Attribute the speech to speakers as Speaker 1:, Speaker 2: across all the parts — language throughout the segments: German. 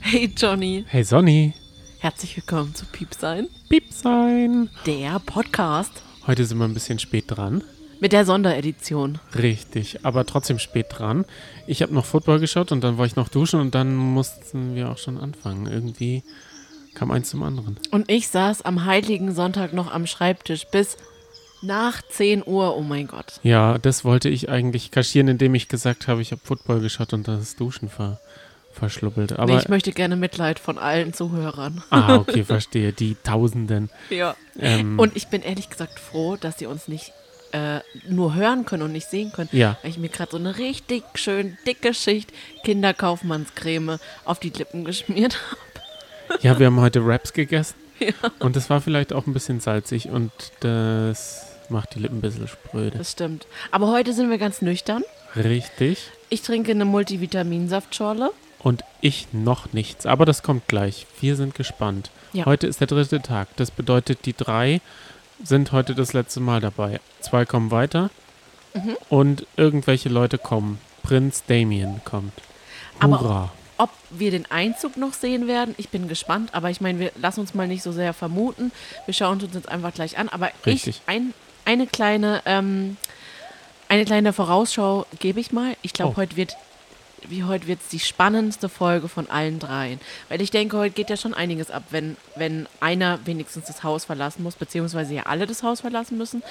Speaker 1: Hey Johnny,
Speaker 2: Hey Sonny,
Speaker 1: herzlich willkommen zu Piepsein,
Speaker 2: piep sein.
Speaker 1: der Podcast
Speaker 2: Heute sind wir ein bisschen spät dran.
Speaker 1: mit der Sonderedition.
Speaker 2: Richtig, aber trotzdem spät dran. Ich habe noch Football geschaut und dann war ich noch duschen und dann mussten wir auch schon anfangen. Irgendwie kam eins zum anderen.
Speaker 1: Und ich saß am heiligen Sonntag noch am Schreibtisch bis nach 10 Uhr. Oh mein Gott.
Speaker 2: Ja, das wollte ich eigentlich kaschieren, indem ich gesagt habe, ich habe Football geschaut und das Duschen ver verschluppelt.
Speaker 1: Nee,
Speaker 2: Aber
Speaker 1: ich möchte gerne Mitleid von allen Zuhörern.
Speaker 2: ah, okay, verstehe. Die Tausenden.
Speaker 1: Ja.
Speaker 2: Ähm,
Speaker 1: Und ich bin ehrlich gesagt froh, dass sie uns nicht äh, nur hören können und nicht sehen können.
Speaker 2: Ja.
Speaker 1: Weil ich mir gerade so eine richtig schön dicke Schicht Kinderkaufmannscreme auf die Lippen geschmiert habe.
Speaker 2: Ja, wir haben heute Wraps gegessen. Und das war vielleicht auch ein bisschen salzig und das macht die Lippen ein bisschen spröde.
Speaker 1: Das stimmt. Aber heute sind wir ganz nüchtern.
Speaker 2: Richtig.
Speaker 1: Ich trinke eine Multivitaminsaftschorle.
Speaker 2: Und ich noch nichts. Aber das kommt gleich. Wir sind gespannt.
Speaker 1: Ja.
Speaker 2: Heute ist der dritte Tag. Das bedeutet, die drei sind heute das letzte Mal dabei. Zwei kommen weiter.
Speaker 1: Mhm.
Speaker 2: Und irgendwelche Leute kommen. Prinz Damien kommt.
Speaker 1: Aber-
Speaker 2: Hurra.
Speaker 1: Ob wir den Einzug noch sehen werden, ich bin gespannt. Aber ich meine, wir lassen uns mal nicht so sehr vermuten. Wir schauen uns jetzt einfach gleich an. Aber
Speaker 2: Richtig.
Speaker 1: ich, ein, eine kleine, ähm, eine kleine Vorausschau gebe ich mal. Ich glaube,
Speaker 2: Oh.
Speaker 1: heute wird wie heute wird es die spannendste Folge von allen dreien. Weil ich denke, heute geht ja schon einiges ab, wenn, wenn einer wenigstens das Haus verlassen muss, beziehungsweise ja alle das Haus verlassen müssen,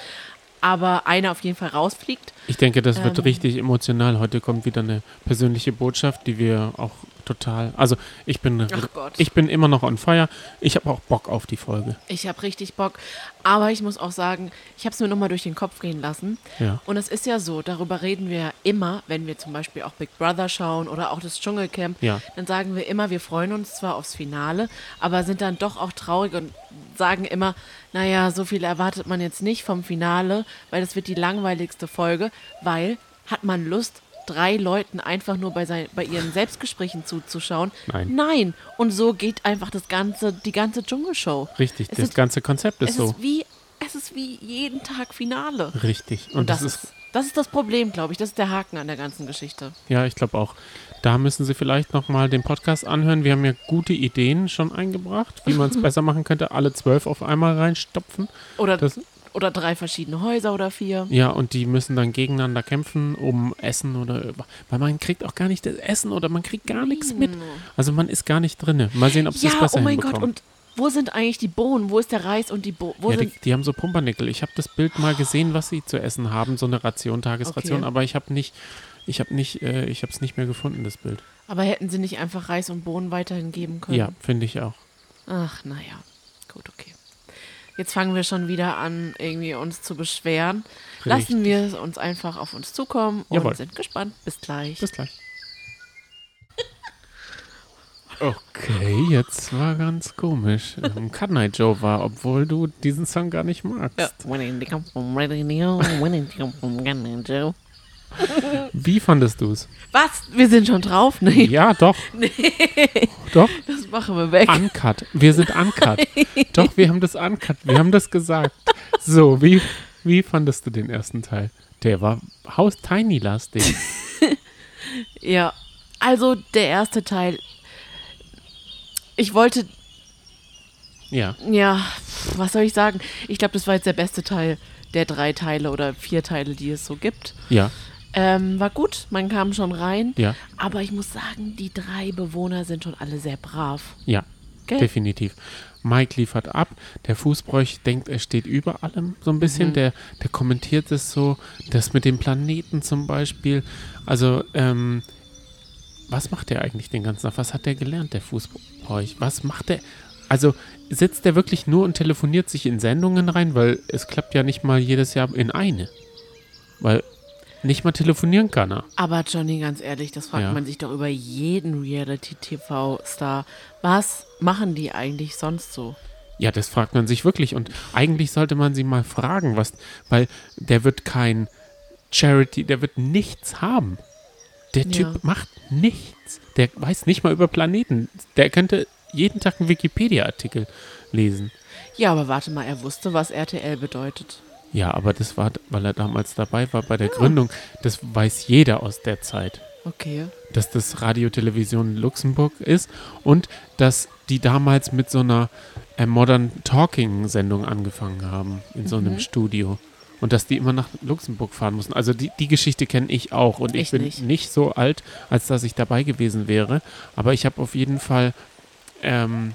Speaker 1: aber einer auf jeden Fall rausfliegt.
Speaker 2: Ich denke, das wird
Speaker 1: Ähm.
Speaker 2: richtig emotional. Heute kommt wieder eine persönliche Botschaft, die wir auch total. Also, ich bin,
Speaker 1: Ach Gott.
Speaker 2: ich bin immer noch on fire. Ich habe auch Bock auf die Folge.
Speaker 1: Ich habe richtig Bock. Aber ich muss auch sagen, ich habe es mir nochmal durch den Kopf gehen lassen.
Speaker 2: Ja.
Speaker 1: Und es ist ja so, darüber reden wir ja immer, wenn wir zum Beispiel auch Big Brother schauen oder auch das Dschungelcamp.
Speaker 2: Ja.
Speaker 1: Dann sagen wir immer, wir freuen uns zwar aufs Finale, aber sind dann doch auch traurig und sagen immer, naja, so viel erwartet man jetzt nicht vom Finale, weil das wird die langweiligste Folge, weil hat man Lust, drei Leuten einfach nur bei, sein, bei ihren Selbstgesprächen zuzuschauen?
Speaker 2: Nein.
Speaker 1: Nein. Und so geht einfach das ganze, die ganze Dschungelshow.
Speaker 2: Richtig,
Speaker 1: Es
Speaker 2: das
Speaker 1: ist-
Speaker 2: ganze Konzept ist
Speaker 1: Es
Speaker 2: so.
Speaker 1: ist wie, es ist wie jeden Tag Finale.
Speaker 2: richtig. Und,
Speaker 1: Und das,
Speaker 2: das ist
Speaker 1: ist, das ist das Problem, glaube ich. Das ist der Haken an der ganzen Geschichte.
Speaker 2: Ja, ich glaube auch. Da müssen Sie vielleicht nochmal den Podcast anhören. Wir haben ja gute Ideen schon eingebracht, wie man es besser machen könnte. Alle zwölf auf einmal reinstopfen.
Speaker 1: Oder,
Speaker 2: Das-
Speaker 1: oder drei verschiedene Häuser oder vier.
Speaker 2: Ja, und die müssen dann gegeneinander kämpfen um Essen oder. Weil man kriegt auch gar nicht das Essen oder man kriegt gar nichts mit. Also man ist gar nicht drinne. Mal sehen, ob sie es
Speaker 1: Hm. Ja,
Speaker 2: besser
Speaker 1: oh mein Gott.
Speaker 2: hinbekommen.
Speaker 1: Und wo sind eigentlich die Bohnen? Wo ist der Reis und die Bohnen? Wo
Speaker 2: ja, die,
Speaker 1: sind.
Speaker 2: die haben so Pumpernickel. Ich habe das Bild mal gesehen, was sie zu essen haben, so eine Ration, Tagesration,
Speaker 1: Okay.
Speaker 2: aber ich habe nicht, ich habe nicht, äh, ich habe es nicht mehr gefunden, das Bild.
Speaker 1: Aber hätten sie nicht einfach Reis und Bohnen weiterhin geben können?
Speaker 2: Ja, finde ich auch.
Speaker 1: Ach, naja. Gut, okay. Jetzt fangen wir schon wieder an, irgendwie uns zu beschweren. Lassen wir es uns einfach auf uns zukommen und
Speaker 2: Jawohl.
Speaker 1: sind gespannt. Bis gleich.
Speaker 2: Bis gleich. Okay, jetzt war ganz komisch. Ähm, Cut Night Joe war, obwohl du diesen Song gar nicht magst.
Speaker 1: Ja. Was?
Speaker 2: Wie fandest du es?
Speaker 1: Wir sind schon drauf? Nee,
Speaker 2: Ja, doch. Doch,
Speaker 1: das machen wir weg.
Speaker 2: uncut. Wir sind uncut. Doch, wir haben das uncut. Wir haben das gesagt. So, wie, wie fandest du den ersten Teil? Der war haus-tiny-lastig.
Speaker 1: Ja, also der erste Teil. Ich wollte,
Speaker 2: Ja,
Speaker 1: ja, pf, was soll ich sagen? Ich glaube, das war jetzt der beste Teil der drei Teile oder vier Teile, die es so gibt.
Speaker 2: ja,
Speaker 1: Ähm, war gut, man kam schon rein.
Speaker 2: ja,
Speaker 1: Aber ich muss sagen, die drei Bewohner sind schon alle sehr brav.
Speaker 2: ja.
Speaker 1: Gell?
Speaker 2: Definitiv. Mike liefert ab. Der Fußbräuch denkt, er steht über allem so ein bisschen. Der, der kommentiert es so, das mit dem Planeten zum Beispiel. Also, ähm, was macht der eigentlich den ganzen Tag? Was hat der gelernt, der Fußbräuch? Was macht der? Also, sitzt der wirklich nur und telefoniert sich in Sendungen rein? Weil es klappt ja nicht mal jedes Jahr in eine. Weil nicht mal telefonieren kann er.
Speaker 1: Aber Johnny, ganz ehrlich, das fragt
Speaker 2: Ja.
Speaker 1: man sich doch über jeden Reality-TV-Star. Was machen die eigentlich sonst so?
Speaker 2: Ja, das fragt man sich wirklich. Und eigentlich sollte man sie mal fragen, was, weil der wird kein Charity, der wird nichts haben. Der
Speaker 1: Ja.
Speaker 2: Typ macht nichts. Der weiß nicht mal über Planeten. Der könnte jeden Tag einen Wikipedia-Artikel lesen.
Speaker 1: Ja, aber warte mal, er wusste, was RTL bedeutet.
Speaker 2: Ja, aber das war, weil er damals dabei war bei der Gründung. Das weiß jeder aus der Zeit.
Speaker 1: Okay.
Speaker 2: dass das Radiotelevision Luxemburg ist und dass die damals mit so einer äh, Modern Talking Sendung angefangen haben in so
Speaker 1: Mhm.
Speaker 2: einem Studio und dass die immer nach Luxemburg fahren mussten. Also die, die Geschichte kenne ich auch und ich,
Speaker 1: Ich
Speaker 2: bin
Speaker 1: nicht.
Speaker 2: nicht so alt, als dass ich dabei gewesen wäre, aber ich habe auf jeden Fall ähm,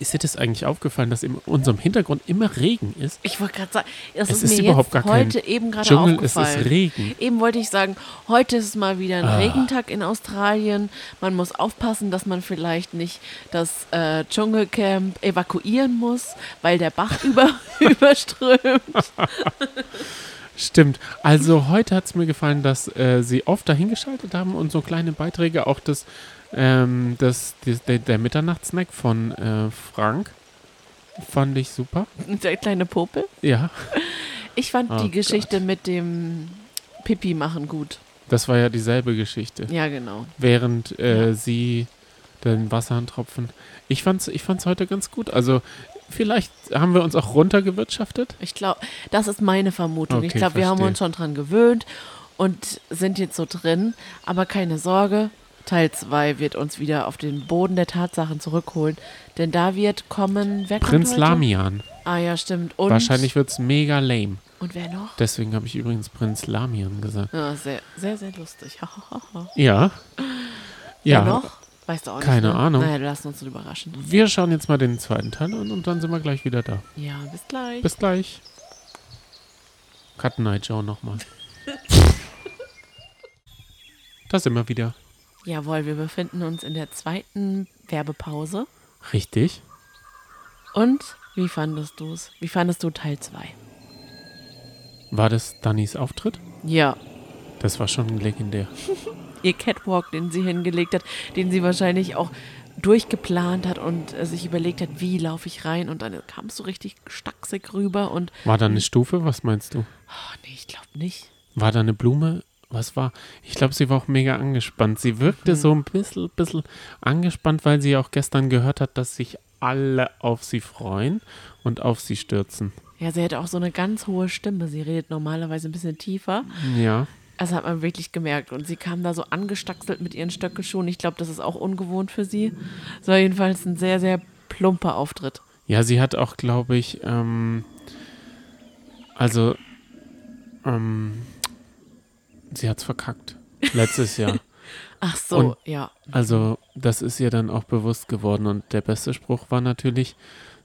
Speaker 2: ist dir das eigentlich aufgefallen, dass in unserem Hintergrund immer Regen ist?
Speaker 1: Ich wollte gerade sagen, das
Speaker 2: Es
Speaker 1: ist,
Speaker 2: ist
Speaker 1: mir
Speaker 2: überhaupt
Speaker 1: jetzt
Speaker 2: gar kein
Speaker 1: heute eben gerade
Speaker 2: Dschungel, es
Speaker 1: aufgefallen.
Speaker 2: ist Regen. Ah.
Speaker 1: Eben wollte ich sagen, heute ist mal wieder ein Regentag in Australien. Man muss aufpassen, dass man vielleicht nicht das äh, Dschungelcamp evakuieren muss, weil der Bach über, überströmt.
Speaker 2: Stimmt. Also heute hat es mir gefallen, dass äh, sie oft dahingeschaltet haben und so kleine Beiträge, auch das, ähm, das, das der, der Mitternachtssnack von äh, Frank fand ich super.
Speaker 1: Der kleine Popel.
Speaker 2: Ja,
Speaker 1: Ich fand
Speaker 2: Oh
Speaker 1: die Geschichte mit dem Pipi machen gut.
Speaker 2: das war ja dieselbe Geschichte.
Speaker 1: Ja, genau.
Speaker 2: Während äh, sie den Wasserhahn tropfen. Ich fand's, ich fand's heute ganz gut. Also vielleicht haben wir uns auch runtergewirtschaftet.
Speaker 1: Ich glaube, das ist meine Vermutung. ich
Speaker 2: Okay,
Speaker 1: glaube, wir haben
Speaker 2: verstehe.
Speaker 1: uns schon dran gewöhnt und sind jetzt so drin. Aber keine Sorge, Teil 2 wird uns wieder auf den Boden der Tatsachen zurückholen. Denn da wird kommen, wer kommt
Speaker 2: Prinz
Speaker 1: heute?
Speaker 2: Lamian.
Speaker 1: Ah ja, stimmt. Und,
Speaker 2: Wahrscheinlich wird's mega lame.
Speaker 1: Und wer noch?
Speaker 2: Deswegen habe ich übrigens Prinz Lamian gesagt.
Speaker 1: Ja, sehr, sehr, sehr lustig. ja.
Speaker 2: Ja.
Speaker 1: Wer
Speaker 2: Ja,
Speaker 1: noch? Weißt du auch nicht.
Speaker 2: Keine
Speaker 1: ne?
Speaker 2: Ahnung.
Speaker 1: Naja, lass uns überraschen.
Speaker 2: Wir schauen jetzt mal den zweiten Teil an und dann sind wir gleich wieder da.
Speaker 1: Ja, bis gleich.
Speaker 2: Bis gleich. Cut Night Show nochmal. da sind wir wieder.
Speaker 1: Jawohl, wir befinden uns in der zweiten Werbepause.
Speaker 2: Richtig.
Speaker 1: Und wie fandest du es? Wie fandest du Teil 2?
Speaker 2: War das Dannys Auftritt?
Speaker 1: Ja,
Speaker 2: Das war schon legendär.
Speaker 1: ihr Catwalk, den sie hingelegt hat, den sie wahrscheinlich auch durchgeplant hat und äh, sich überlegt hat, wie laufe ich rein und dann kamst du richtig stachsig rüber und
Speaker 2: War da eine Stufe? Was meinst du?
Speaker 1: oh nee, ich glaube nicht.
Speaker 2: War da eine Blume? Was war? Ich glaube, sie war auch mega angespannt. Sie wirkte so ein bisschen, bisschen angespannt, weil sie auch gestern gehört hat, dass sich alle auf sie freuen und auf sie stürzen.
Speaker 1: Ja, sie hätte auch so eine ganz hohe Stimme. Sie redet normalerweise ein bisschen tiefer.
Speaker 2: Ja.
Speaker 1: Das hat man wirklich gemerkt. Und sie kam da so angestachselt mit ihren Stöckelschuhen. Ich glaube, das ist auch ungewohnt für sie. Es war jedenfalls ein sehr, sehr plumper Auftritt.
Speaker 2: Ja, sie hat auch, glaube ich, ähm, also, ähm, sie hat's verkackt letztes Jahr.
Speaker 1: Ach so,
Speaker 2: Und-
Speaker 1: ja.
Speaker 2: Also, das ist ihr dann auch bewusst geworden. Und der beste Spruch war natürlich,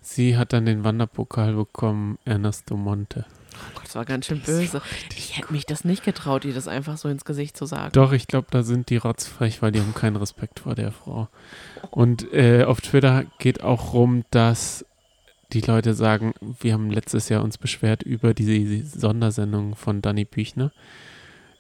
Speaker 2: sie hat dann den Wanderpokal bekommen, Ernesto Monte.
Speaker 1: Oh Gott, das war ganz schön böse. Ich hätte mich das nicht getraut, ihr das einfach so ins Gesicht zu sagen.
Speaker 2: Doch, ich glaube, da sind die rotzfrech, weil die haben keinen Respekt vor der Frau. Und äh, auf Twitter geht auch rum, dass die Leute sagen, wir haben letztes Jahr uns beschwert über diese Sondersendung von Danny Büchner.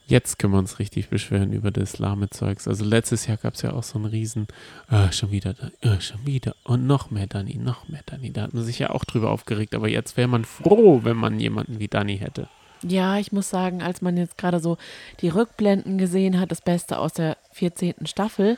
Speaker 2: Jetzt können wir uns richtig beschweren über das lahme Zeugs. Also letztes Jahr gab es ja auch so einen riesen, äh, schon wieder, äh, schon wieder und noch mehr Danny, noch mehr Danny. Da hat man sich ja auch drüber aufgeregt, aber jetzt wäre man froh, wenn man jemanden wie Danny hätte.
Speaker 1: Ja, ich muss sagen, als man jetzt gerade so die Rückblenden gesehen hat, das Beste aus der 14. Staffel,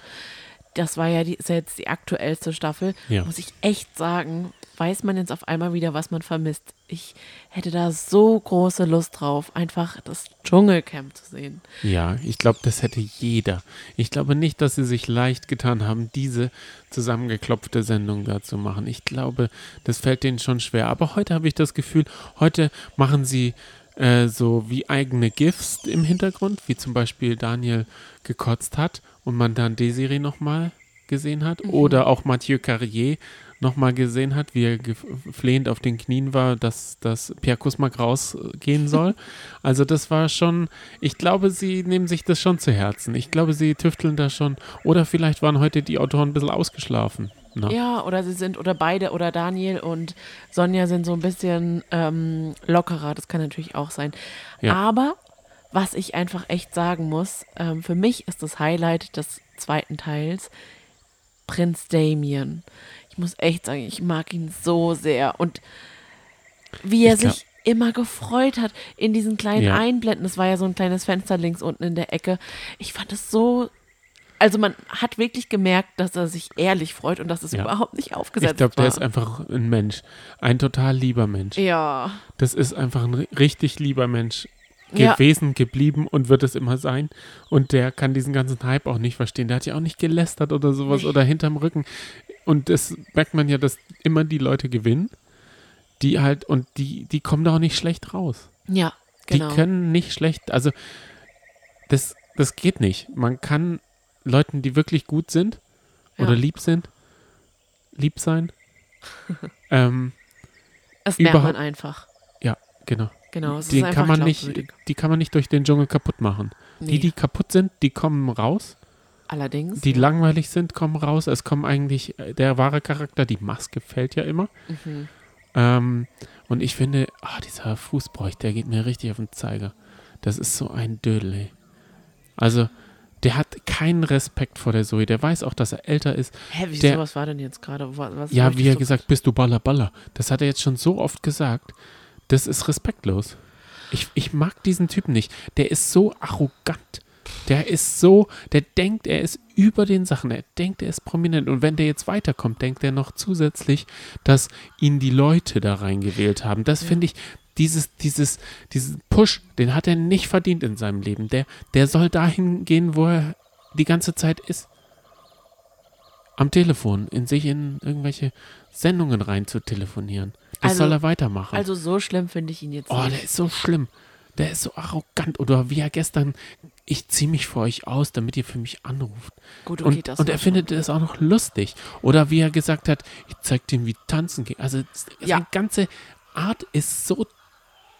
Speaker 1: das war ja die, ist ja jetzt die aktuellste Staffel,
Speaker 2: Ja.
Speaker 1: muss ich echt sagen, weiß man jetzt auf einmal wieder, was man vermisst. Ich hätte da so große Lust drauf, einfach das Dschungelcamp zu sehen.
Speaker 2: Ja, ich glaube, das hätte jeder. Ich glaube nicht, dass sie sich leicht getan haben, diese zusammengeklopfte Sendung da zu machen. Ich glaube, das fällt denen schon schwer. Aber heute habe ich das Gefühl, heute machen sie äh, so wie eigene GIFs im Hintergrund, wie zum Beispiel Daniel gekotzt hat und man dann Desiree nochmal gesehen hat oder auch Mathieu Carrier nochmal gesehen hat, wie er ge- flehend auf den Knien war, dass, dass Pierre Kusmak rausgehen soll. Also das war schon, ich glaube, sie nehmen sich das schon zu Herzen. Ich glaube, sie tüfteln da schon. Oder vielleicht waren heute die Autoren ein bisschen ausgeschlafen. Na,
Speaker 1: Ja, oder sie sind, oder beide, oder Daniel und Sonja sind so ein bisschen ähm, lockerer, das kann natürlich auch sein.
Speaker 2: Ja.
Speaker 1: Aber was ich einfach echt sagen muss, ähm, für mich ist das Highlight des zweiten Teils Prinz Damien. Ich muss echt sagen, ich mag ihn so sehr und wie er
Speaker 2: Ich glaub-
Speaker 1: sich immer gefreut hat in diesen kleinen
Speaker 2: Ja.
Speaker 1: Einblenden. Das war ja so ein kleines Fenster links unten in der Ecke. Ich fand es so also man hat wirklich gemerkt, dass er sich ehrlich freut und dass es
Speaker 2: Ja.
Speaker 1: überhaupt nicht aufgesetzt
Speaker 2: ich glaube, der
Speaker 1: war.
Speaker 2: ist einfach ein Mensch. Ein total lieber Mensch.
Speaker 1: ja,
Speaker 2: Das ist einfach ein ri- richtig lieber Mensch.
Speaker 1: Ja.
Speaker 2: gewesen, geblieben und wird es immer sein. Und der kann diesen ganzen Hype auch nicht verstehen. Der hat ja auch nicht gelästert oder sowas
Speaker 1: Nee.
Speaker 2: oder hinterm Rücken. Und das merkt man ja, dass immer die Leute gewinnen, die halt, und die, die kommen da auch nicht schlecht raus.
Speaker 1: Ja, genau.
Speaker 2: Die können nicht schlecht, also das, das geht nicht. Man kann Leuten, die wirklich gut sind
Speaker 1: Ja.
Speaker 2: oder lieb sind, lieb sein. ähm,
Speaker 1: das merkt man
Speaker 2: überhaupt-
Speaker 1: einfach.
Speaker 2: ja, genau.
Speaker 1: Genau, es
Speaker 2: die
Speaker 1: ist einfach
Speaker 2: kann man nicht,
Speaker 1: glaubwürdig.
Speaker 2: die kann man nicht durch den Dschungel kaputt machen.
Speaker 1: Nee.
Speaker 2: Die, die kaputt sind, die kommen raus.
Speaker 1: Allerdings.
Speaker 2: Die langweilig sind, kommen raus. Es kommen eigentlich äh, der wahre Charakter, die Maske fällt ja immer.
Speaker 1: mhm.
Speaker 2: Ähm, und ich finde, ah, dieser Fußbräuch, der geht mir richtig auf den Zeiger. Das ist so ein Dödel. Ey. Also, der hat keinen Respekt vor der Zoe. Der weiß auch, dass er älter ist.
Speaker 1: Hä, wieso,
Speaker 2: der-
Speaker 1: was war denn jetzt gerade? Was, was hab
Speaker 2: Ja,
Speaker 1: ich
Speaker 2: wie er
Speaker 1: so-
Speaker 2: gesagt, bist du Baller Baller. Das hat er jetzt schon so oft gesagt. Das ist respektlos. Ich, ich mag diesen Typen nicht. Der ist so arrogant. Der ist so, der denkt, er ist über den Sachen. Er denkt, er ist prominent. Und wenn der jetzt weiterkommt, denkt er noch zusätzlich, dass ihn die Leute da reingewählt haben. Das finde ich, dieses, dieses, diesen Push, den hat er nicht verdient in seinem Leben. Der, der soll dahin gehen, wo er die ganze Zeit ist. Am Telefon, in sich in irgendwelche Sendungen rein zu telefonieren. Das
Speaker 1: Also-
Speaker 2: soll er weitermachen.
Speaker 1: Also so schlimm finde ich ihn jetzt
Speaker 2: Oh, der
Speaker 1: nicht.
Speaker 2: ist so schlimm. Der ist so arrogant. Oder wie er gestern, ich ziehe mich vor euch aus, damit ihr für mich anruft.
Speaker 1: Gut, okay,
Speaker 2: Und,
Speaker 1: das
Speaker 2: und
Speaker 1: war
Speaker 2: er
Speaker 1: schon.
Speaker 2: findet das auch noch lustig. Oder wie er gesagt hat, ich zeig dir, wie tanzen geht. Also s-
Speaker 1: Ja.
Speaker 2: seine ganze Art ist so,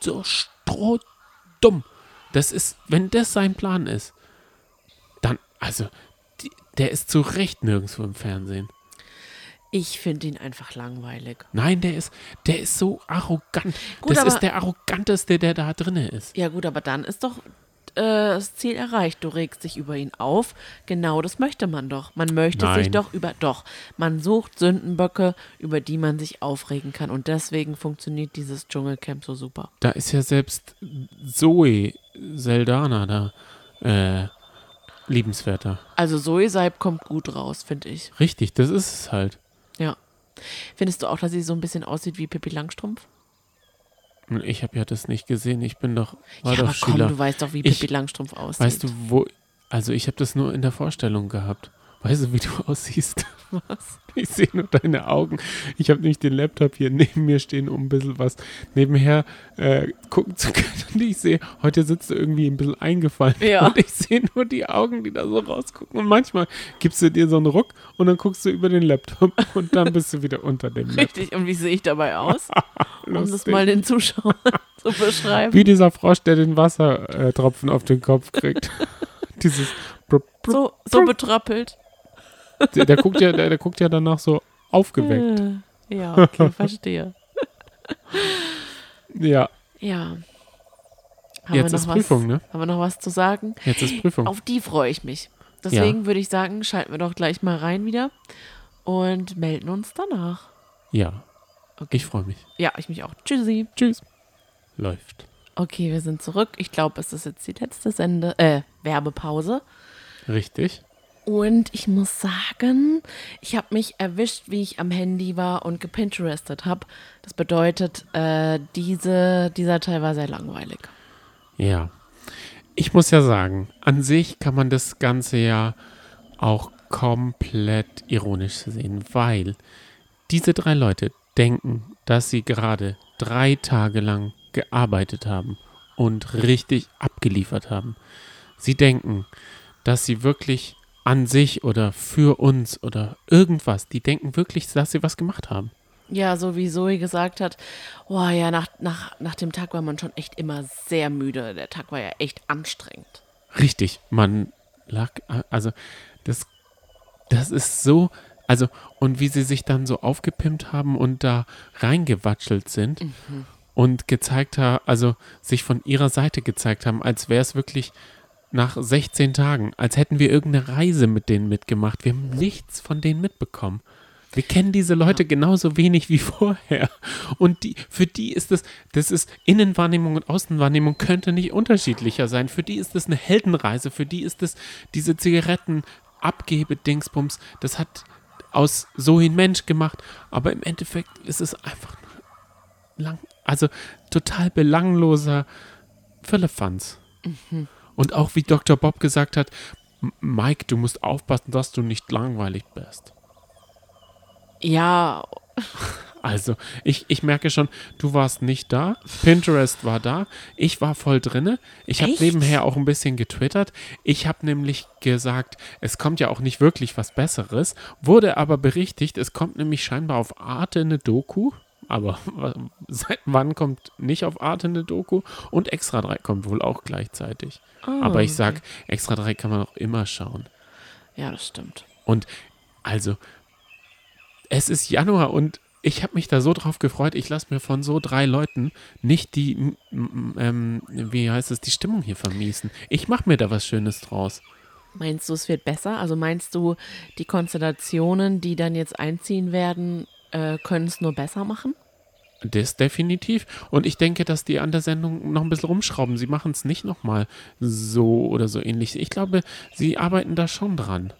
Speaker 2: so strohdumm. Das ist, wenn das sein Plan ist, dann, also, die, der ist zu Recht nirgendwo im Fernsehen.
Speaker 1: Ich finde ihn einfach langweilig.
Speaker 2: Nein, der ist, der ist so arrogant.
Speaker 1: Gut,
Speaker 2: das
Speaker 1: aber-
Speaker 2: ist der arroganteste, der da drinne ist.
Speaker 1: Ja gut, aber dann ist doch äh, das Ziel erreicht. Du regst dich über ihn auf. Genau, das möchte man doch. Man möchte sich
Speaker 2: Nein.
Speaker 1: doch über doch. Man sucht Sündenböcke, über die man sich aufregen kann. Und deswegen funktioniert dieses Dschungelcamp so super.
Speaker 2: Da ist ja selbst Zoe Saldana da äh, liebenswerter.
Speaker 1: Also Zoe Seib kommt gut raus, finde ich.
Speaker 2: Richtig, das ist es halt.
Speaker 1: Ja. Findest du auch, dass sie so ein bisschen aussieht wie Pippi Langstrumpf?
Speaker 2: Und Ich habe ja das nicht gesehen. Ich bin doch, war
Speaker 1: ja,
Speaker 2: doch
Speaker 1: aber komm,
Speaker 2: Schüler.
Speaker 1: du weißt doch, wie
Speaker 2: Ich-
Speaker 1: Pippi Langstrumpf aussieht.
Speaker 2: weißt du, wo. Also, ich habe das nur in der Vorstellung gehabt. Weißt du, wie du aussiehst? Was? Ich sehe nur deine Augen. Ich habe nicht den Laptop hier neben mir stehen, um ein bisschen was nebenher äh, gucken zu können. Und ich sehe, heute sitzt du irgendwie ein bisschen eingefallen.
Speaker 1: Ja.
Speaker 2: Und ich sehe nur die Augen, die da so rausgucken. Und manchmal gibst du dir so einen Ruck und dann guckst du über den Laptop und dann bist du wieder unter dem Laptop.
Speaker 1: Richtig, und wie sehe ich dabei aus? um das
Speaker 2: Lustig.
Speaker 1: mal den Zuschauern zu beschreiben.
Speaker 2: Wie dieser Frosch, der den Wassertropfen auf den Kopf kriegt. Dieses. Blub, blub.
Speaker 1: So, so betrappelt.
Speaker 2: Der, der, guckt ja, der, der guckt ja danach so aufgeweckt.
Speaker 1: Äh, Ja, okay, verstehe. Äh.
Speaker 2: Ja,
Speaker 1: Ja.
Speaker 2: jetzt ist Prüfung,
Speaker 1: was,
Speaker 2: ne? Oh.
Speaker 1: Haben wir noch was zu sagen?
Speaker 2: Jetzt ist Prüfung.
Speaker 1: Auf die freue ich mich. Deswegen würde ich sagen, schalten wir doch gleich mal rein wieder und melden uns danach.
Speaker 2: ja,
Speaker 1: Okay.
Speaker 2: ich freue mich.
Speaker 1: Ja, ich mich auch. Tschüssi.
Speaker 2: Tschüss. Läuft.
Speaker 1: Okay, wir sind zurück. Ich glaube, es ist jetzt die letzte Sende, äh, Werbepause.
Speaker 2: Richtig.
Speaker 1: Und ich muss sagen, ich habe mich erwischt, wie ich am Handy war und gepinterestet habe. Das bedeutet, äh, diese, dieser Teil war sehr langweilig.
Speaker 2: Ja. Ich muss ja sagen, an sich kann man das Ganze ja auch komplett ironisch sehen, weil diese drei Leute denken, dass sie gerade drei Tage lang gearbeitet haben und richtig abgeliefert haben. Sie denken, dass sie wirklich an sich oder für uns oder irgendwas, die denken wirklich, dass sie was gemacht haben.
Speaker 1: Ja, so wie Zoe gesagt hat, oh ja, nach, nach, nach dem Tag war man schon echt immer sehr müde. Der Tag war ja echt anstrengend.
Speaker 2: Richtig, man lag, also das, das ist so, also und wie sie sich dann so aufgepimpt haben und da reingewatschelt sind und gezeigt haben, also sich von ihrer Seite gezeigt haben, als wäre es wirklich nach 16 Tagen, als hätten wir irgendeine Reise mit denen mitgemacht. Wir haben nichts von denen mitbekommen. Wir kennen diese Leute genauso wenig wie vorher. Und die, für die ist das, das ist Innenwahrnehmung und Außenwahrnehmung könnte nicht unterschiedlicher sein. Für die ist das eine Heldenreise. Für die ist das diese Zigaretten, Abgebe, Dingsbums. Das hat aus so ein Mensch gemacht. Aber im Endeffekt ist es einfach lang, also total belangloser Philippans. Und auch wie Dr. Bob gesagt hat, "M- Mike, du musst aufpassen, dass du nicht langweilig bist.
Speaker 1: Ja,
Speaker 2: Also, ich, ich merke schon, du warst nicht da, Pinterest war da, ich war voll drinne, ich habe
Speaker 1: Echt?
Speaker 2: nebenher auch ein bisschen getwittert, ich habe nämlich gesagt, es kommt ja auch nicht wirklich was Besseres, wurde aber berichtigt, es kommt nämlich scheinbar auf Arte eine Doku, aber seit wann kommt nicht auf Arte eine Doku und Extra 3 kommt wohl auch gleichzeitig.
Speaker 1: Ah,
Speaker 2: aber ich sag, Extra 3 kann man auch immer schauen.
Speaker 1: ja, das stimmt.
Speaker 2: Und also, es ist Januar und ich habe mich da so drauf gefreut. Ich lasse mir von so drei Leuten nicht die, m- m- ähm, wie heißt es, die Stimmung hier vermiesen. Ich mache mir da was Schönes draus.
Speaker 1: Meinst du, es wird besser? Also meinst du, die Konstellationen, die dann jetzt einziehen werden, äh, können es nur besser machen?
Speaker 2: Das definitiv. Und ich denke, dass die an der Sendung noch ein bisschen rumschrauben. Sie machen es nicht nochmal so oder so ähnlich. Ich glaube, sie arbeiten da schon dran.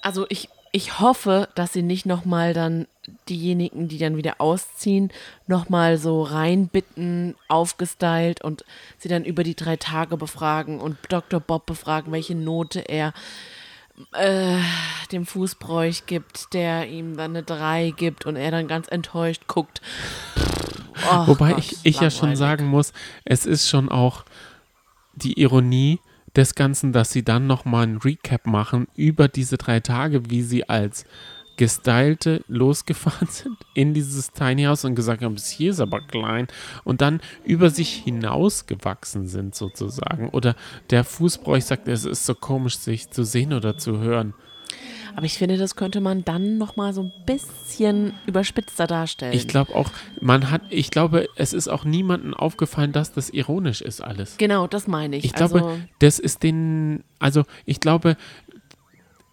Speaker 1: Also ich, ich hoffe, dass sie nicht nochmal dann diejenigen, die dann wieder ausziehen, nochmal so reinbitten, aufgestylt und sie dann über die drei Tage befragen und Dr. Bob befragen, welche Note er äh, dem Fußbräuch gibt, der ihm dann eine 3 gibt und er dann ganz enttäuscht guckt. Och
Speaker 2: Wobei
Speaker 1: Gott,
Speaker 2: ich, ich ja schon
Speaker 1: langweilig.
Speaker 2: sagen muss, es ist schon auch die Ironie des Ganzen, dass sie dann nochmal ein Recap machen über diese drei Tage, wie sie als Gestylte losgefahren sind in dieses Tiny House und gesagt haben, bis hier ist aber klein und dann über sich hinausgewachsen sind sozusagen. Oder der Fußbräuch sagt, es ist so komisch, sich zu sehen oder zu hören.
Speaker 1: Aber ich finde, das könnte man dann nochmal so ein bisschen überspitzter darstellen.
Speaker 2: Ich glaube auch, man hat, ich glaube, es ist auch niemandem aufgefallen, dass das ironisch ist alles.
Speaker 1: genau, das meine ich.
Speaker 2: Ich glaube,
Speaker 1: also,
Speaker 2: das ist den, also ich glaube,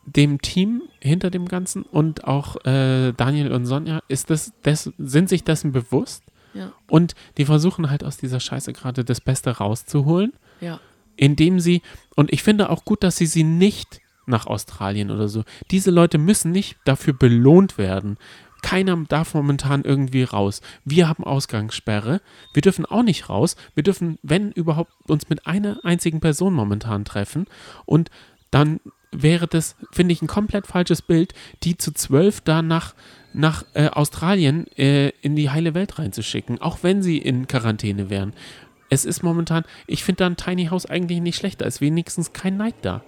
Speaker 2: dem Team hinter dem Ganzen und auch äh, Daniel und Sonja ist das, des, sind sich dessen bewusst
Speaker 1: ja,
Speaker 2: und die versuchen halt aus dieser Scheiße gerade das Beste rauszuholen,
Speaker 1: ja.
Speaker 2: indem sie, und ich finde auch gut, dass sie sie nicht nach Australien oder so, diese Leute müssen nicht dafür belohnt werden. Keiner darf momentan irgendwie raus. Wir haben Ausgangssperre. Wir dürfen auch nicht raus. Wir dürfen, wenn überhaupt, uns mit einer einzigen Person momentan treffen. Und dann wäre das, finde ich, ein komplett falsches Bild, die zu zwölf da nach, nach äh, Australien äh, in die heile Welt reinzuschicken, auch wenn sie in Quarantäne wären. Es ist momentan, ich finde da ein Tiny House eigentlich nicht schlecht. Da ist wenigstens kein Neid da.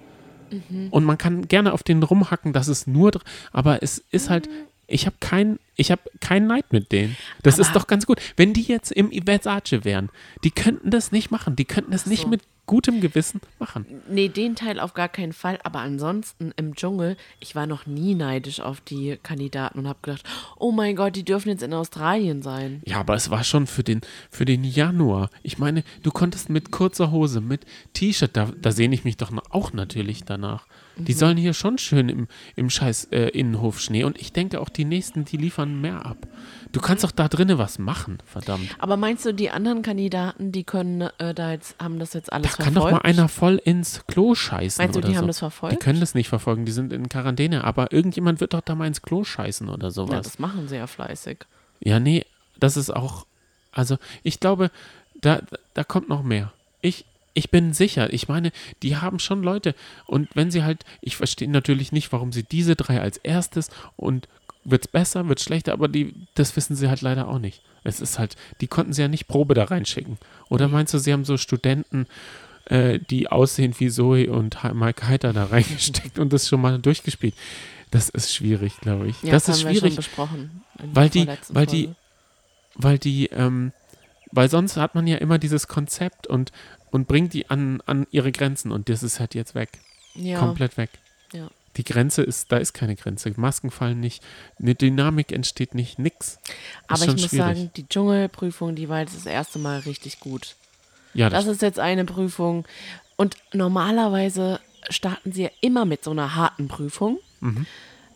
Speaker 2: Und man kann gerne auf den rumhacken, dass es nur, dr- aber es ist halt,
Speaker 1: Mhm.
Speaker 2: ich habe kein, ich habe keinen Neid mit denen. Das ist
Speaker 1: Aber-
Speaker 2: doch ganz gut. Wenn die jetzt im Versace wären, die könnten das nicht machen. Die könnten das nicht
Speaker 1: so.
Speaker 2: mit gutem Gewissen machen.
Speaker 1: Nee, den Teil auf gar keinen Fall. Aber ansonsten im Dschungel, ich war noch nie neidisch auf die Kandidaten und habe gedacht, oh mein Gott, die dürfen jetzt in Australien sein.
Speaker 2: Ja, aber es war schon für den, für den Januar. Ich meine, du konntest mit kurzer Hose, mit T-Shirt, da, da sehne ich mich doch na- auch natürlich danach.
Speaker 1: Mhm.
Speaker 2: Die sollen hier schon schön im, im scheiß äh, Innenhof Schnee. Und ich denke auch, die nächsten, die liefern mehr ab. Du kannst doch da drinnen was machen, verdammt.
Speaker 1: Aber meinst du, die anderen Kandidaten, die können äh, da jetzt, haben das jetzt
Speaker 2: Da
Speaker 1: alles
Speaker 2: kann doch mal
Speaker 1: verfolgt?
Speaker 2: einer voll ins Klo scheißen.
Speaker 1: Meinst du,
Speaker 2: oder
Speaker 1: die
Speaker 2: so.
Speaker 1: haben das verfolgt?
Speaker 2: Die können das nicht verfolgen, die sind in Quarantäne. Aber irgendjemand wird doch da mal ins Klo scheißen oder sowas.
Speaker 1: ja, das machen sie ja fleißig.
Speaker 2: Ja, nee, das ist auch. Also, ich glaube, da, da kommt noch mehr. Ich, ich bin sicher. Ich meine, die haben schon Leute. Und wenn sie halt. Ich verstehe natürlich nicht, warum sie diese drei als erstes und wird's besser, wird's schlechter, aber die, das wissen sie halt leider auch nicht. Es ist halt, die konnten sie ja nicht Probe da reinschicken. Oder
Speaker 1: Mhm.
Speaker 2: meinst du, sie haben so Studenten, äh, die aussehen wie Zoe und Hi- Mike Heiter da reingesteckt und das schon mal durchgespielt? Das ist schwierig, glaube ich.
Speaker 1: Ja,
Speaker 2: das
Speaker 1: haben
Speaker 2: ist
Speaker 1: wir
Speaker 2: schwierig
Speaker 1: schon besprochen. in der
Speaker 2: Weil die-
Speaker 1: vorletzten
Speaker 2: weil die-
Speaker 1: Folge.
Speaker 2: weil die, ähm, weil sonst hat man ja immer dieses Konzept und, und bringt die an, an ihre Grenzen und das ist halt jetzt weg.
Speaker 1: ja.
Speaker 2: Komplett weg.
Speaker 1: Ja.
Speaker 2: Die Grenze ist, da ist keine Grenze. Masken fallen nicht, eine Dynamik entsteht nicht, nix.
Speaker 1: Aber ich
Speaker 2: schon
Speaker 1: muss
Speaker 2: schwierig.
Speaker 1: sagen, die Dschungelprüfung, die war jetzt das erste Mal richtig gut.
Speaker 2: Ja, das,
Speaker 1: Das ist jetzt eine Prüfung. Und normalerweise starten sie ja immer mit so einer harten Prüfung.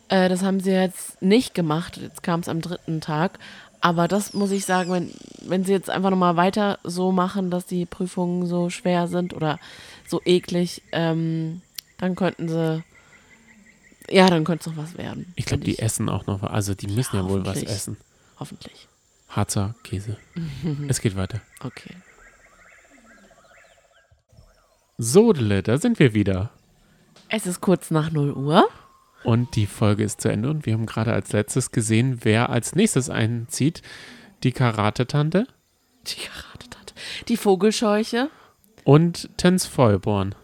Speaker 1: Äh, das haben sie jetzt nicht gemacht. Jetzt kam es am dritten Tag. Aber das muss ich sagen, wenn, wenn sie jetzt einfach nochmal weiter so machen, dass die Prüfungen so schwer sind oder so eklig, ähm, dann könnten sie. Ja, dann könnte es noch was werden.
Speaker 2: ich glaube,
Speaker 1: find
Speaker 2: die essen auch noch was. Also die müssen ja, wohl was
Speaker 1: hoffentlich.
Speaker 2: essen.
Speaker 1: Hoffentlich.
Speaker 2: Harzer Käse. es geht weiter.
Speaker 1: Okay.
Speaker 2: Sodele, da sind wir wieder.
Speaker 1: Es ist kurz nach 0 Uhr.
Speaker 2: Und die Folge ist zu Ende und wir haben gerade als letztes gesehen, wer als nächstes einzieht. Die Karate-Tante
Speaker 1: Die Karate-Tante. Die Vogelscheuche.
Speaker 2: und Tens Vollborn.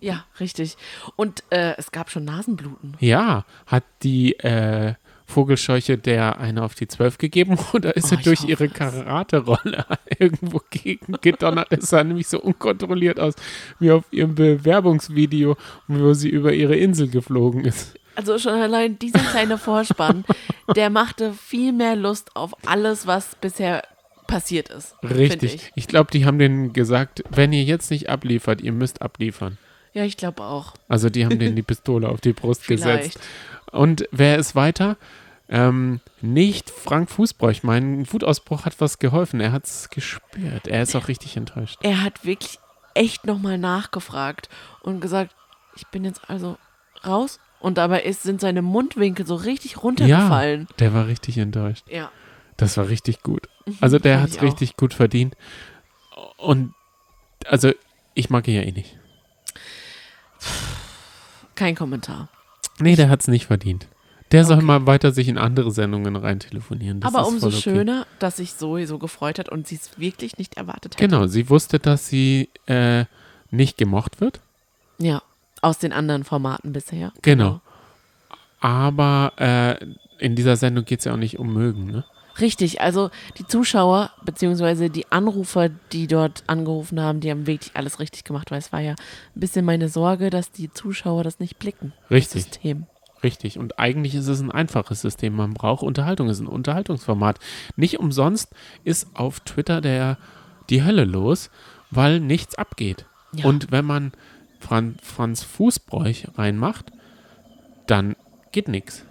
Speaker 1: Ja, richtig. Und äh, es gab schon Nasenbluten.
Speaker 2: Ja, hat die äh, Vogelscheuche der eine auf die Zwölf gegeben oder ist
Speaker 1: Oh,
Speaker 2: sie
Speaker 1: ich
Speaker 2: durch
Speaker 1: hoffe
Speaker 2: ihre
Speaker 1: es.
Speaker 2: Karate-Rolle irgendwo gegen gedonnert? Es sah nämlich so unkontrolliert aus wie auf ihrem Bewerbungsvideo, wo sie über ihre Insel geflogen ist.
Speaker 1: Also schon allein dieser kleine Vorspann, der machte viel mehr Lust auf alles, was bisher passiert ist. find
Speaker 2: Richtig.
Speaker 1: Ich.
Speaker 2: Ich, glaube, die haben denen gesagt, wenn ihr jetzt nicht abliefert, ihr müsst abliefern.
Speaker 1: Ja, ich glaube auch.
Speaker 2: Also die haben denen die Pistole auf die Brust
Speaker 1: Vielleicht.
Speaker 2: gesetzt. Und wer ist weiter? Ähm, nicht Frank Fußbräuch. Mein Wutausbruch hat was geholfen. Er hat es gespürt. Er ist auch richtig enttäuscht.
Speaker 1: Er hat wirklich echt nochmal nachgefragt und gesagt, ich bin jetzt also raus. Und dabei ist, sind seine Mundwinkel so richtig runtergefallen.
Speaker 2: Ja, der war richtig enttäuscht.
Speaker 1: Ja.
Speaker 2: Das war richtig gut. Also der
Speaker 1: Mhm, fand
Speaker 2: hat
Speaker 1: ich
Speaker 2: es
Speaker 1: auch.
Speaker 2: richtig gut verdient. Und also ich mag ihn ja eh nicht.
Speaker 1: Kein Kommentar.
Speaker 2: Nee, der hat es nicht verdient. Der soll mal weiter sich in andere Sendungen rein telefonieren. Das
Speaker 1: Aber
Speaker 2: ist
Speaker 1: umso
Speaker 2: voll okay.
Speaker 1: schöner, dass sich Zoe so gefreut hat und sie es wirklich nicht erwartet hätte.
Speaker 2: Genau, sie wusste, dass sie äh, nicht gemocht wird.
Speaker 1: Ja, aus den anderen Formaten bisher.
Speaker 2: Genau. Aber äh, in dieser Sendung geht es ja auch nicht um mögen, ne?
Speaker 1: Richtig, also die Zuschauer beziehungsweise die Anrufer, die dort angerufen haben, die haben wirklich alles richtig gemacht, weil es war ja ein bisschen meine Sorge, dass die Zuschauer das nicht blicken. Das
Speaker 2: Richtig,
Speaker 1: System.
Speaker 2: richtig. Und eigentlich ist es ein einfaches System. Man braucht Unterhaltung, es ist ein Unterhaltungsformat. Nicht umsonst ist auf Twitter der die Hölle los, weil nichts abgeht.
Speaker 1: Ja.
Speaker 2: Und wenn man Fran Franz Fußbräuch reinmacht, dann geht nichts.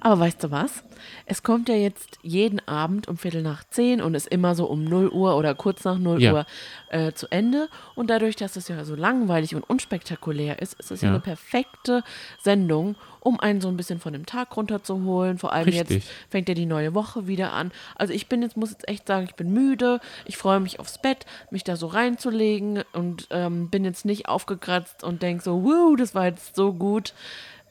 Speaker 1: Aber weißt du was? Es kommt ja jetzt jeden Abend um Viertel nach zehn und ist immer so um 0 Uhr oder kurz nach 0
Speaker 2: Ja.
Speaker 1: Uhr äh, zu Ende. Und dadurch, dass es ja so langweilig und unspektakulär ist, ist es ja,
Speaker 2: Ja.
Speaker 1: eine perfekte Sendung, um einen so ein bisschen von dem Tag runterzuholen. Vor allem
Speaker 2: Richtig.
Speaker 1: jetzt fängt ja die neue Woche wieder an. Also ich bin jetzt, muss jetzt echt sagen, ich bin müde. Ich freue mich aufs Bett, mich da so reinzulegen und ähm, bin jetzt nicht aufgekratzt und denke so, wow, das war jetzt so gut.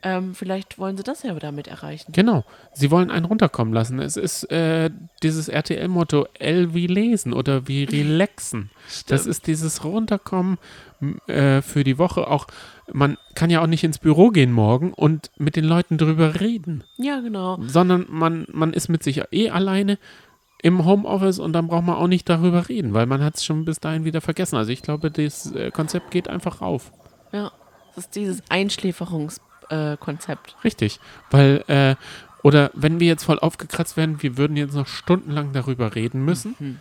Speaker 1: Ähm, vielleicht wollen sie das ja damit erreichen.
Speaker 2: Genau. Sie wollen einen runterkommen lassen. Es ist äh, dieses RTL-Motto L wie lesen oder wie relaxen. Das ist dieses Runterkommen m, äh, für die Woche. Auch man kann ja auch nicht ins Büro gehen morgen und mit den Leuten drüber reden,
Speaker 1: Ja, genau.
Speaker 2: sondern man, man ist mit sich eh alleine im Homeoffice und dann braucht man auch nicht darüber reden, weil man hat es schon bis dahin wieder vergessen. Also ich glaube, das äh, Konzept geht einfach auf.
Speaker 1: Ja. Das ist dieses Einschläferungskonzept. Äh, Konzept.
Speaker 2: Richtig, weil äh, oder wenn wir jetzt voll aufgekratzt werden, wir würden jetzt noch stundenlang darüber reden müssen.
Speaker 1: Mhm.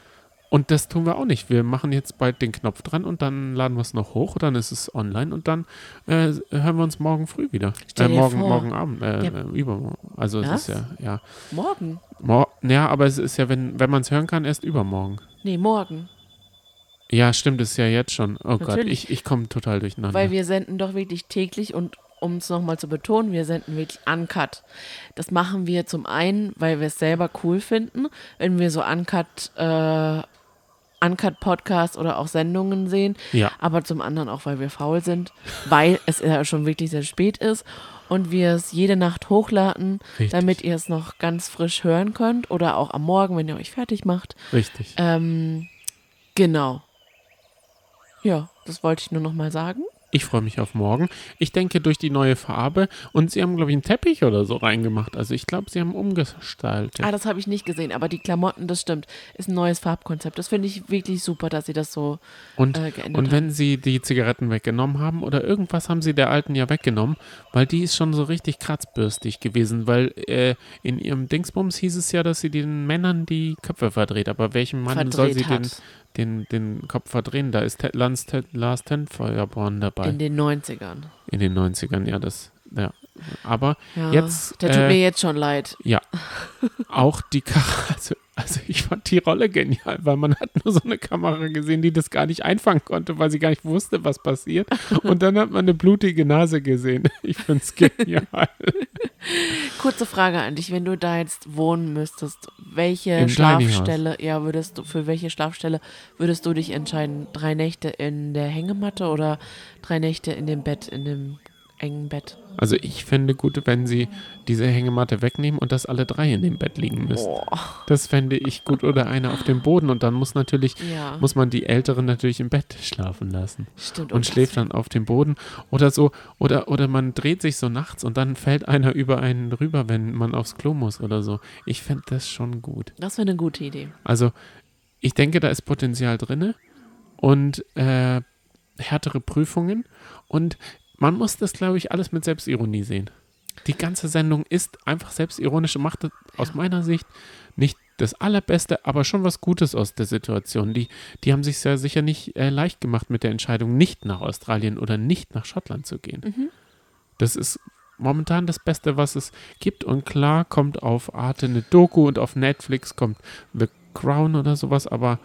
Speaker 2: Und das tun wir auch nicht. Wir machen jetzt bald den Knopf dran und dann laden wir es noch hoch, dann ist es online und dann äh, hören wir uns morgen früh wieder.
Speaker 1: Stell
Speaker 2: Äh,
Speaker 1: dir
Speaker 2: morgen,
Speaker 1: vor.
Speaker 2: morgen Abend, äh,
Speaker 1: Ja.
Speaker 2: äh, übermorgen. Also
Speaker 1: Was?
Speaker 2: es ist ja, ja.
Speaker 1: Morgen?
Speaker 2: Mor ja, aber es ist ja, wenn, wenn man es hören kann, erst übermorgen.
Speaker 1: Nee, morgen.
Speaker 2: Ja, stimmt, ist ja jetzt schon. Oh Gott,
Speaker 1: Natürlich.
Speaker 2: ich, ich komme total durcheinander.
Speaker 1: Weil wir senden doch wirklich täglich und um es nochmal zu betonen, wir senden wirklich uncut. Das machen wir zum einen, weil wir es selber cool finden, wenn wir so uncut, äh, uncut Podcasts oder auch Sendungen sehen,
Speaker 2: ja,
Speaker 1: aber zum anderen auch, weil wir faul sind, weil es ja schon wirklich sehr spät ist und wir es jede Nacht hochladen,
Speaker 2: Richtig.
Speaker 1: damit ihr es noch ganz frisch hören könnt oder auch am Morgen, wenn ihr euch fertig macht.
Speaker 2: richtig.
Speaker 1: Ähm, genau. Ja, das wollte ich nur nochmal sagen.
Speaker 2: Ich freue mich auf morgen. Ich denke durch die neue Farbe und sie haben, glaube ich, einen Teppich oder so reingemacht. Also ich glaube, sie haben umgestaltet.
Speaker 1: Ah, das habe ich nicht gesehen, aber die Klamotten, das stimmt, ist ein neues Farbkonzept. Das finde ich wirklich super, dass sie das so
Speaker 2: Und,
Speaker 1: äh, geändert
Speaker 2: und wenn sie die Zigaretten weggenommen haben oder irgendwas haben sie der alten ja weggenommen, weil die ist schon so richtig kratzbürstig gewesen, weil äh, in ihrem Dingsbums hieß es ja, dass sie den Männern die Köpfe verdreht. Aber welchem Mann
Speaker 1: Verdreht
Speaker 2: soll sie
Speaker 1: hat.
Speaker 2: den, den, den Kopf verdrehen? Da ist Ted, Lance, Ted, Lars Tenfeuerborn dabei.
Speaker 1: in den 90ern.
Speaker 2: In den 90ern, ja, das, ja. Aber
Speaker 1: Ja,
Speaker 2: Jetzt,
Speaker 1: der tut
Speaker 2: äh,
Speaker 1: mir jetzt schon leid.
Speaker 2: Ja. Auch die Kamera, also, also ich fand die Rolle genial, weil man hat nur so eine Kamera gesehen, die das gar nicht einfangen konnte, weil sie gar nicht wusste, was passiert. Und dann hat man eine blutige Nase gesehen. Ich find's genial.
Speaker 1: Kurze Frage an dich, wenn du da jetzt wohnen müsstest, welche
Speaker 2: Im Tiny House.
Speaker 1: Schlafstelle, ja, würdest du, für welche Schlafstelle würdest du dich entscheiden? Drei Nächte in der Hängematte oder drei Nächte in dem Bett, in dem engen Bett?
Speaker 2: Also ich fände gut, wenn sie diese Hängematte wegnehmen und dass alle drei in dem Bett liegen müssen.
Speaker 1: Boah,
Speaker 2: Das fände ich gut oder einer auf dem Boden und dann muss natürlich
Speaker 1: ja,
Speaker 2: muss man die Älteren natürlich im Bett schlafen lassen
Speaker 1: stimmt.
Speaker 2: und
Speaker 1: das-
Speaker 2: schläft dann auf dem Boden oder so oder oder man dreht sich so nachts und dann fällt einer über einen rüber, wenn man aufs Klo muss oder so. Ich fände das schon gut.
Speaker 1: Das wäre eine gute Idee.
Speaker 2: Also ich denke, da ist Potenzial drinne und äh, härtere Prüfungen und man muss das, glaube ich, alles mit Selbstironie sehen. Die ganze Sendung ist einfach selbstironisch und macht aus meiner Sicht nicht das Allerbeste, aber schon was Gutes aus der Situation. Die, die haben sich sehr sicher nicht äh, leicht gemacht mit der Entscheidung, nicht nach Australien oder nicht nach Schottland zu gehen.
Speaker 1: Mhm.
Speaker 2: Das ist momentan das Beste, was es gibt. Und klar kommt auf Arte eine Doku und auf Netflix kommt The Crown oder sowas, aber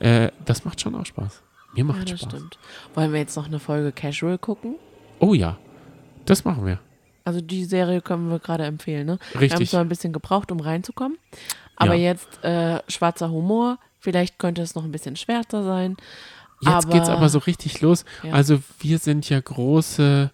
Speaker 2: äh, das macht schon auch Spaß. Mir
Speaker 1: Ja,
Speaker 2: macht
Speaker 1: das
Speaker 2: Spaß.
Speaker 1: stimmt. Wollen wir jetzt noch eine Folge Casual gucken?
Speaker 2: Oh ja, das machen wir.
Speaker 1: Also die Serie können wir gerade empfehlen, ne? Wir haben
Speaker 2: Richtig.
Speaker 1: zwar ein bisschen gebraucht, um reinzukommen, aber
Speaker 2: Ja.
Speaker 1: jetzt äh, schwarzer Humor, vielleicht könnte es noch ein bisschen schwärzer sein.
Speaker 2: Jetzt
Speaker 1: aber-
Speaker 2: geht's aber so richtig los.
Speaker 1: Ja.
Speaker 2: Also wir sind ja große,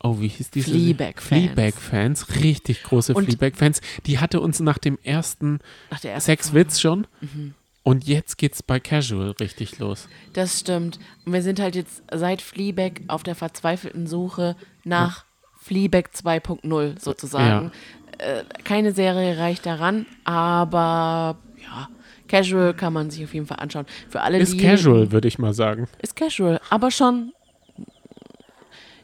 Speaker 2: oh wie hieß diese?
Speaker 1: Fleabag-Fans.
Speaker 2: Fleabag-Fans, richtig große
Speaker 1: Und-
Speaker 2: Fleabag-Fans. Die hatte uns nach dem ersten
Speaker 1: Ach, der erste
Speaker 2: Sexwitz schon.
Speaker 1: Mhm.
Speaker 2: Und jetzt geht's bei Casual richtig los.
Speaker 1: Das stimmt. Und wir sind halt jetzt seit Fleabag auf der verzweifelten Suche nach Fleabag 2.0 sozusagen. Äh, keine Serie reicht daran, aber ja, Casual kann man sich auf jeden Fall anschauen. Für alle,
Speaker 2: Ist
Speaker 1: die
Speaker 2: Casual, würde ich mal sagen.
Speaker 1: ist casual, aber schon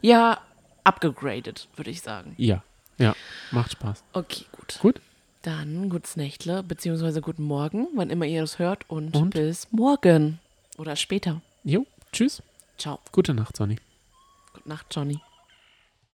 Speaker 1: ja, abgegradet, würde ich sagen.
Speaker 2: Ja, ja, macht Spaß.
Speaker 1: Okay, gut.
Speaker 2: Gut.
Speaker 1: Dann gutes Nächtle, beziehungsweise guten Morgen, wann immer ihr das hört und,
Speaker 2: Und?
Speaker 1: bis morgen oder später.
Speaker 2: Jo, tschüss.
Speaker 1: Ciao.
Speaker 2: Gute Nacht, Sonny.
Speaker 1: Gute Nacht, Johnny.